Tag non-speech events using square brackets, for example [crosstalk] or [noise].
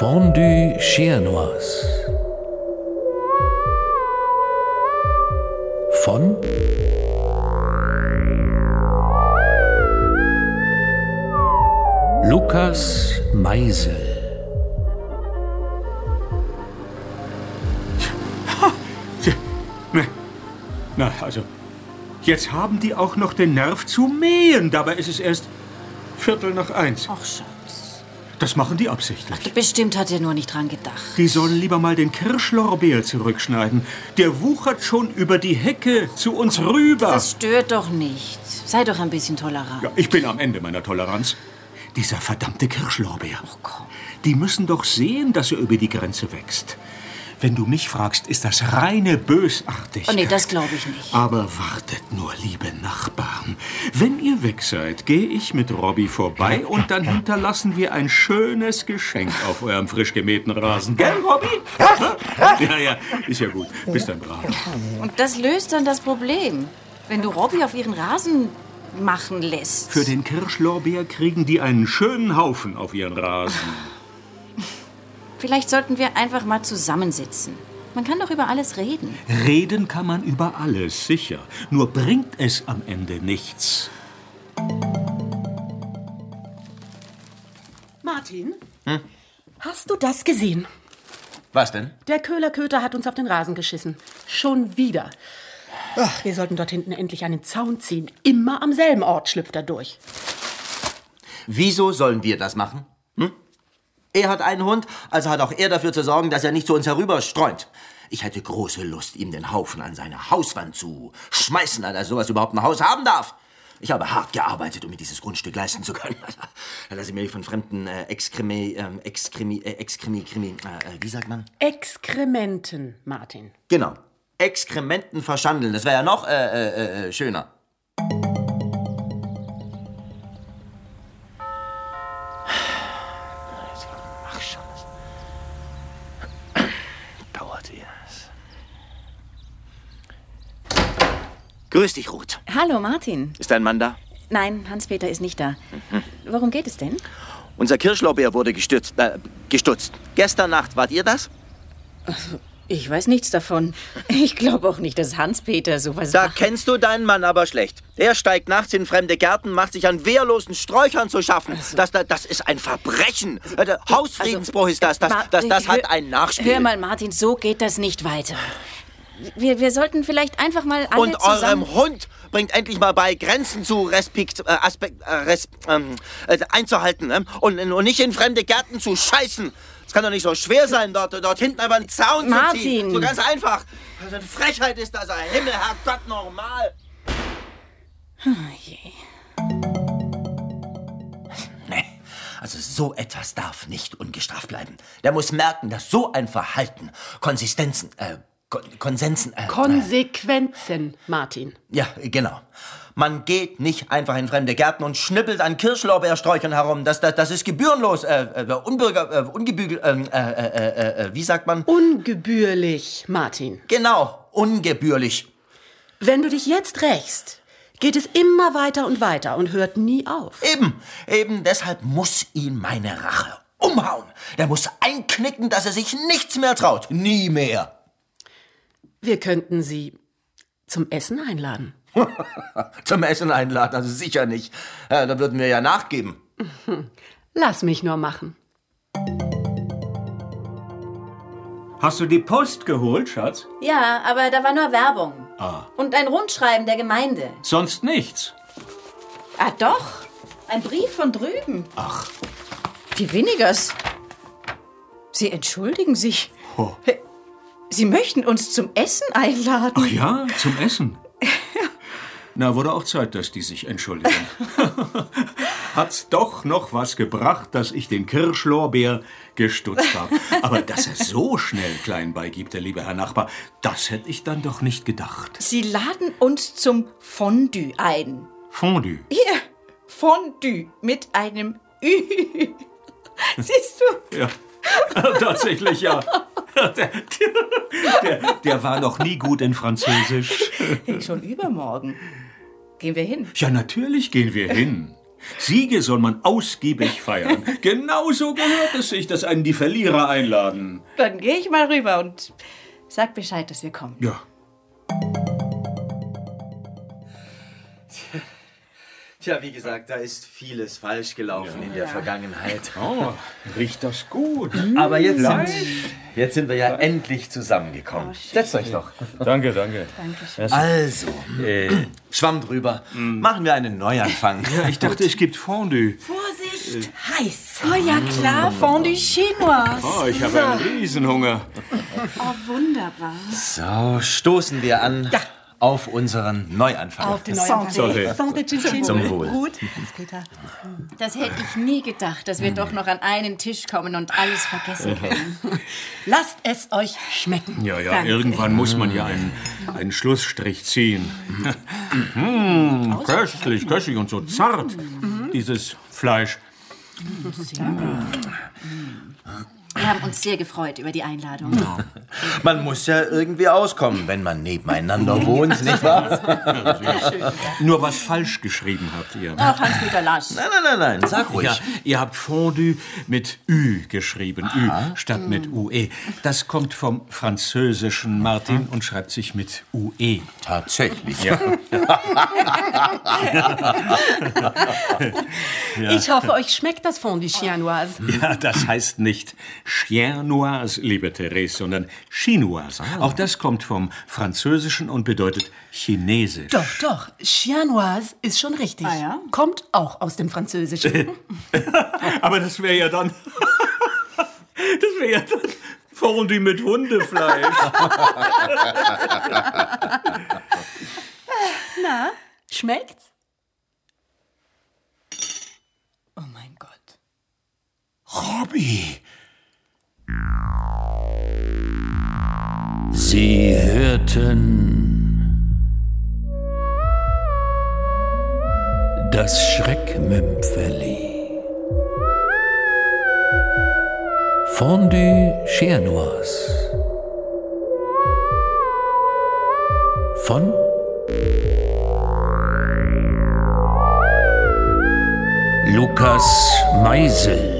Fondue Chernoise. Von Lukas Meisel. Na, Na, also, jetzt haben die auch noch den Nerv zu mähen. Dabei ist es erst Viertel nach eins. Ach, Schatz. Das machen die absichtlich. Bestimmt hat er nur nicht dran gedacht. Die sollen lieber mal den Kirschlorbeer zurückschneiden. Der wuchert schon über die Hecke zu uns rüber. Das stört doch nicht. Sei doch ein bisschen tolerant. Ja, ich bin am Ende meiner Toleranz. Dieser verdammte Kirschlorbeer. Oh, Die müssen doch sehen, dass er über die Grenze wächst. Wenn du mich fragst, ist das reine Bösartigkeit. Oh nee, das glaube ich nicht. Aber wartet nur, liebe Nachbarn. Wenn ihr weg seid, gehe ich mit Robby vorbei und dann hinterlassen wir ein schönes Geschenk auf eurem frisch gemähten Rasen. Gell, Robby? Ja, ja, ist ja gut. Bist ein Brav. Und das löst dann das Problem. Wenn du Robby auf ihren Rasen machen lässt. Für den Kirschlorbeer kriegen die einen schönen Haufen auf ihren Rasen. Vielleicht sollten wir einfach mal zusammensitzen. Man kann doch über alles reden. Reden kann man über alles, sicher. Nur bringt es am Ende nichts. Martin, hast du das gesehen? Was denn? Der Köhlerköter hat uns auf den Rasen geschissen. Schon wieder. Ach, wir sollten dort hinten endlich einen Zaun ziehen. Immer am selben Ort schlüpft er durch. Wieso sollen wir das machen? Hm? Er hat einen Hund, also hat auch er dafür zu sorgen, dass er nicht zu uns herüberstreunt. Ich hätte große Lust, ihm den Haufen an seine Hauswand zu schmeißen, dass er sowas überhaupt ein Haus haben darf. Ich habe hart gearbeitet, um mir dieses Grundstück leisten zu können. [laughs] Da lasse ich mir nicht von fremden äh, Exkrimi, ähm, Exkrimi, äh, Exkrimi, Krimi, äh, äh, wie sagt man? Exkrementen, Martin. Genau. Exkrementen verschandeln. Das wäre ja noch äh, äh, äh, schöner. Mach schon. Dauert ihr es. Grüß dich, Ruth. Hallo, Martin. Ist dein Mann da? Nein, Hans-Peter ist nicht da. Worum geht es denn? Unser Kirschlorbeer wurde gestürzt, äh, gestutzt. Gestern Nacht, wart ihr das? Ich weiß nichts davon. Ich glaube auch nicht, dass Hans-Peter sowas Da kennst du deinen Mann aber schlecht. Er steigt nachts in fremde Gärten, macht sich an wehrlosen Sträuchern zu schaffen. Das, das, das ist ein Verbrechen. Äh, der Hausfriedensbruch ist das. Das, das, das, Also, Hör- hat ein Nachspiel. Hör mal, Martin, so geht das nicht weiter. Wir, wir sollten vielleicht einfach mal alle Und zusammen... eurem Hund bringt endlich mal bei, Grenzen zu Respekt, äh, Aspekt, äh, Res, ähm, äh, einzuhalten ne? und, und nicht in fremde Gärten zu scheißen. Es kann doch nicht so schwer sein, dort, dort hinten einfach einen Zaun zu Martin. ziehen. So ganz einfach. Also eine Frechheit ist das, ein Himmel, Herrgott, normal. Ah, Nee, also so etwas darf nicht ungestraft bleiben. Der muss merken, dass so ein Verhalten Konsistenzen, äh, Kon Konsensen, äh, Konsequenzen, Martin. Ja, genau. Man geht nicht einfach in fremde Gärten und schnippelt an Kirschlorbeersträuchern herum. Das, das, das ist gebührenlos, äh, äh, unbürger, äh, ungebügel, ähm, äh, äh, äh, äh, wie sagt man? Ungebührlich, Martin. Genau, ungebührlich. Wenn du dich jetzt rächst, geht es immer weiter und weiter und hört nie auf. Eben, eben deshalb muss ihn meine Rache umhauen. Der muss einknicken, dass er sich nichts mehr traut. Nie mehr. Wir könnten sie zum Essen einladen. Zum Essen einladen, also sicher nicht. Äh, da würden wir ja nachgeben. Lass mich nur machen. Hast du die Post geholt, Schatz? Ja, aber da war nur Werbung. Ah. Und ein Rundschreiben der Gemeinde. Sonst nichts. Ah, doch. Ein Brief von drüben. Ach. Wie wenigers. Sie entschuldigen sich. Sie möchten uns zum Essen einladen. Ach ja, zum Essen. Na, wurde auch Zeit, dass die sich entschuldigen. Hat's doch noch was gebracht, dass ich den Kirschlorbeer gestutzt habe. Aber dass er so schnell klein beigibt, der liebe Herr Nachbar, das hätte ich dann doch nicht gedacht. Sie laden uns zum Fondue ein. Fondue. Hier, Fondue mit einem [laughs] Ü. Siehst du? Ja. [laughs] Tatsächlich ja. Der, der, der war noch nie gut in Französisch. Schon übermorgen. Gehen wir hin. Ja, natürlich gehen wir hin. Siege soll man [laughs] ausgiebig feiern. Genauso gehört es sich, dass einen die Verlierer einladen. Dann gehe ich mal rüber und sag Bescheid, dass wir kommen. Ja. Tja, wie gesagt, da ist vieles falsch gelaufen in der Vergangenheit. Oh, riecht das gut. [laughs] Aber jetzt sind, jetzt sind wir ja endlich Oh, zusammengekommen. Setzt euch doch. Danke, danke. Also, Schwamm drüber. Machen wir einen [laughs] Neuanfang. Mm. Ich dachte, es gibt Fondue. Vorsicht, heiß. Oh ja, klar, Fondue Chinois. Oh, ich habe einen Riesenhunger. Oh, wunderbar. So, stoßen wir an auf unseren Neuanfang. Auf den neuen Sorry. Santé, Chin Chin. Zum Wohl. Gut, Hans-Peter. Das hätte ich nie gedacht, dass wir doch noch an einen Tisch kommen und alles vergessen können. Lasst es euch schmecken. Ja, ja, irgendwann muss man ja einen, einen Schlussstrich ziehen. Mmh, köstlich, köstlich und so zart, dieses Fleisch. Wir haben uns sehr gefreut über die Einladung. Man muss ja irgendwie auskommen, wenn man nebeneinander [laughs] wohnt, nicht wahr? Nur was falsch geschrieben habt ihr. Auch Hans-Peter Lasch. Nein, nein, nein, nein, sag ruhig. Ja, ihr habt Fondue mit Ü geschrieben, Ü statt mit UE. Das kommt vom französischen Martin und schreibt sich mit E. UE. Tatsächlich. Ich hoffe, euch schmeckt das Fondue Chianoise. Ja, das heißt nicht Chianoise, liebe Therese, sondern Chinoise. Auch das kommt vom Französischen und bedeutet Chinesisch. Doch, doch, Chianoise ist schon richtig. ja? Kommt auch aus [laughs] dem Französischen. Aber das wäre ja dann. [laughs] das wäre ja dann Fondue mit Hundefleisch. Schmeckt's? Oh mein Gott. Robby! Sie hörten das Schreckmümpfeli. Fondue Chernois von Lukas Meisel.